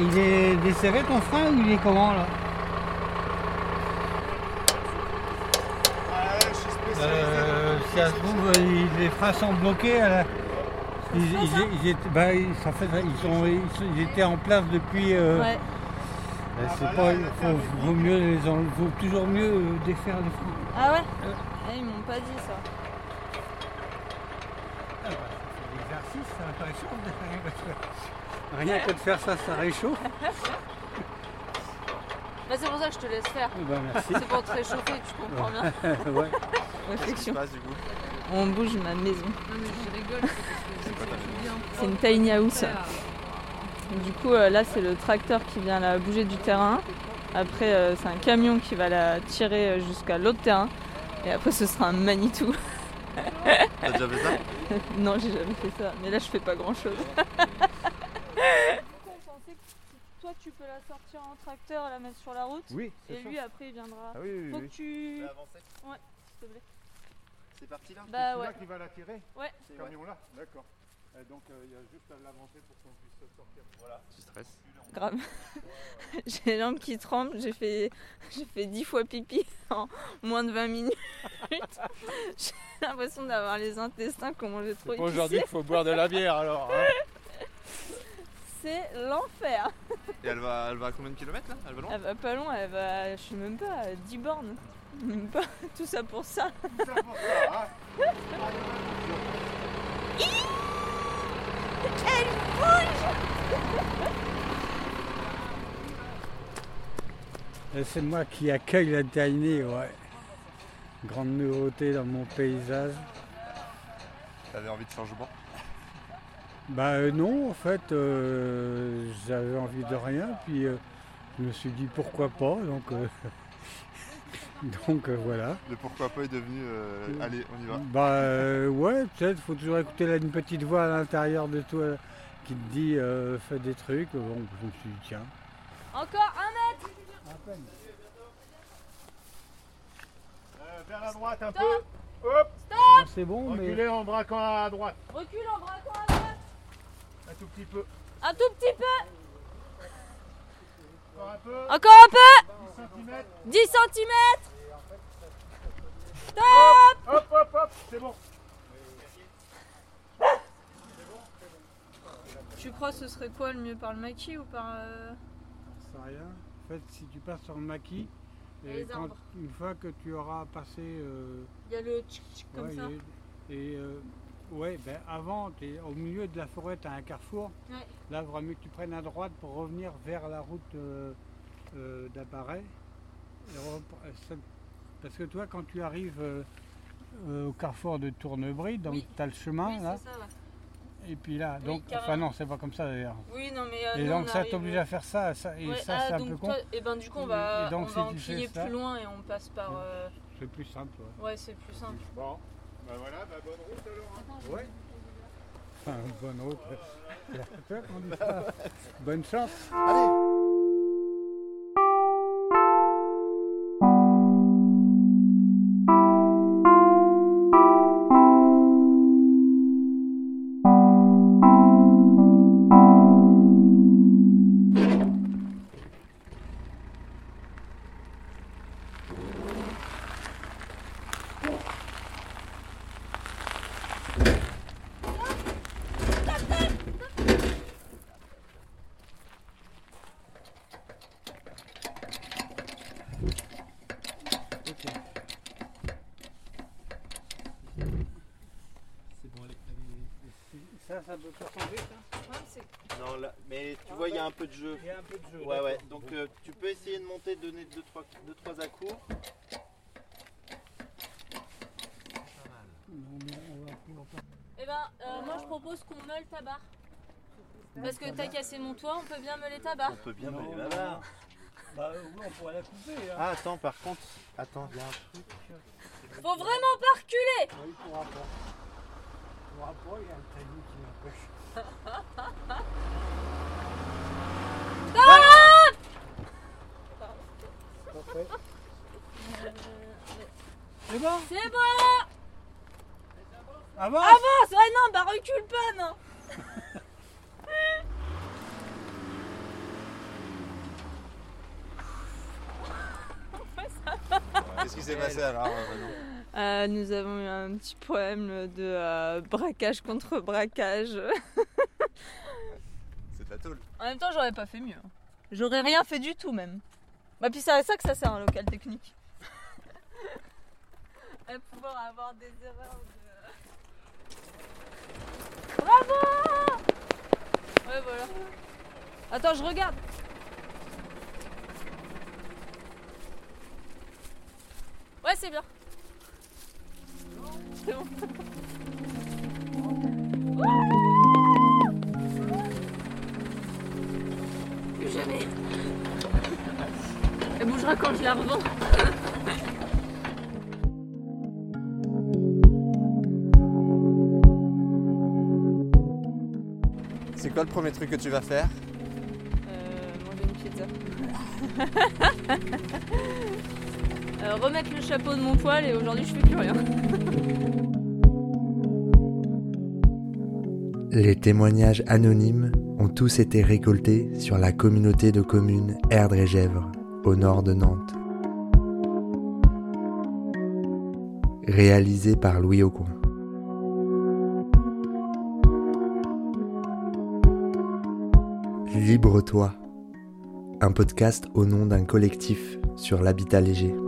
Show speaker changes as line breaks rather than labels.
Il est desserré ton frein ou il est comment là Si ça se trouve, euh, il- les freins sont bloqués. à la- Ils, ils- ils étaient, bah, ils- ça fait- ils sont- ils sont- ils étaient en place depuis. euh,
Ouais.
bah, c'est pas, il faut, vaut mieux les enlever, vaut toujours mieux euh, défaire les freins.
Ah ouais Eh, Ils m'ont pas dit ça.
L'exercice, ça réchauffe Rien que de faire ça, ça réchauffe.
Bah, c'est pour ça que je te laisse faire.
Eh ben, merci.
C'est pour te réchauffer, tu comprends bien.
Ouais.
On bouge ma maison. C'est une tiny house. Du coup, euh, là, c'est le tracteur qui vient la bouger du terrain. Après, euh, c'est un camion qui va la tirer euh, jusqu'à l'autre terrain. Et après, ce sera un Manitou.
T'as déjà fait ça
non, j'ai jamais fait ça. Mais là, je fais pas grand chose. Toi, tu peux la sortir en tracteur, la mettre sur la route.
Oui, Ah
Et lui, après, il viendra.
oui,
Faut que tu. s'il te plaît.
C'est parti là
Bah ouais.
C'est là qu'il va la tirer
Ouais.
Ce camion-là D'accord. Et donc euh, il y a juste à l'avancer pour qu'on puisse sortir.
Tu stresses
Grave. j'ai les jambes qui tremblent, j'ai fait, j'ai fait 10 fois pipi en moins de 20 minutes. j'ai l'impression d'avoir les intestins qui ont mangé trop épicé.
il faut boire de la bière alors. hein.
C'est l'enfer.
Et elle va, elle va à combien de kilomètres là Elle va loin
Elle va pas loin, elle va, je sais même pas, à 10 bornes. Même pas, tout ça pour ça.
Tout ça pour ça, hein
C'est moi qui accueille la tiny, ouais. Grande nouveauté dans mon paysage.
T'avais envie de changement
Bah euh, non, en fait, euh, j'avais envie de rien, puis euh, je me suis dit pourquoi pas, donc, euh, donc euh, voilà.
Le pourquoi pas est devenu euh,
Oui.
allez, on y va.
Bah euh, ouais, peut-être, faut toujours écouter là, une petite voix à l'intérieur de toi là, qui te dit euh, fais des trucs. Bon, je me suis dit tiens.
Encore un
Euh, Vers la droite un peu. Hop
Bon, C'est
Oh,
bon, mais.
Reculer en braquant à droite.
recul en braquant à droite.
Un tout petit peu.
Un tout petit peu,
Encore un peu.
encore un peu,
10 cm.
10 cm.
Hop, hop, hop. C'est bon.
Tu crois ce serait quoi le mieux par le maquis ou par. euh,
Ça sert à rien. En fait, si tu passes sur le maquis,
Et
et
les
quand-
arbres.
une fois que tu auras passé. euh,
Il y a le tchic tchic comme
ouais,
ça.
Et, et, euh, ouais, ben avant, t'es au milieu de la forêt, tu as un carrefour.
Ouais.
Là, il vaudra mieux que tu prennes à droite pour revenir vers la route euh, euh, d'Appareil. Et repre- euh, ça- Parce que toi, quand tu arrives euh, euh, au carrefour de Tournebris, donc
Oui.
tu as le chemin,
oui,
là,
c'est ça, ouais.
et puis là,
Oui,
donc, enfin
carrément.
non, c'est pas comme ça d'ailleurs.
Oui, non, mais. euh,
et
nous,
donc,
on
ça
arrive-
t'oblige à faire ça, ça- et
Ouais,
ça,
ah,
c'est un
donc
peu con.
toi- eh ben du coup on
Et
va,
donc,
on
si
va
tu fais
empiler
ça-
plus loin et on passe par. euh,
C'est plus simple. ouais.
Ouais, c'est plus simple.
Bon. Bah voilà, bah bonne route alors. hein.
Ouais. Enfin, bonne route. C'est la peur qu'on dit ça. Bonne chance. de 70 hein
Non, là, mais tu vois, il y a un peu de jeu.
Il y a un peu de jeu.
Ouais, ouais.
d'accord.
Donc euh, tu peux essayer de monter, donner 2-3 trois, deux, trois à court.
Non, mais on va pouvoir pas-
Eh ben, euh, moi je propose qu'on meule ta barre. Parce que t'as cassé mon toit, on peut bien meuler ta barre.
On peut bien
Non,
voler la
non,
barre.
non. Bah euh, oui, on pourrait la couper. Hein.
Ah, attends, par contre, attends, il y a un truc.
Faut vraiment pas reculer
Oui, il pourra pas. Il pourra pas, il y a le tamis qui l'empêche. Parfait.
Euh,
C'est bon
C'est bon
Avance
Avance Ah non, bah recule pas, non
Qu'est-ce qui s'est passé alors euh,
Euh, nous avons eu un petit poème de euh, braquage contre braquage.
C'est de la tôle.
En même temps, j'aurais pas fait mieux. hein. J'aurais rien fait du tout, même. Bah, puis c'est à ça que ça sert un local technique. à pouvoir avoir des erreurs de. Bravo Ouais, voilà. Attends, je regarde.
Ouais, c'est bien.
C'est bon.
Elle bougera quand je la revends.
C'est quoi le premier truc que tu vas faire
Euh, manger une pizza. Euh, remettre le chapeau de mon poil et aujourd'hui, je fais plus rien.
Les témoignages anonymes ont tous été récoltés sur la communauté de communes Erdre et Gèvres, au nord de Nantes. Réalisé par Louis Aucoin. Libre-toi, un podcast au nom d'un collectif sur l'habitat léger.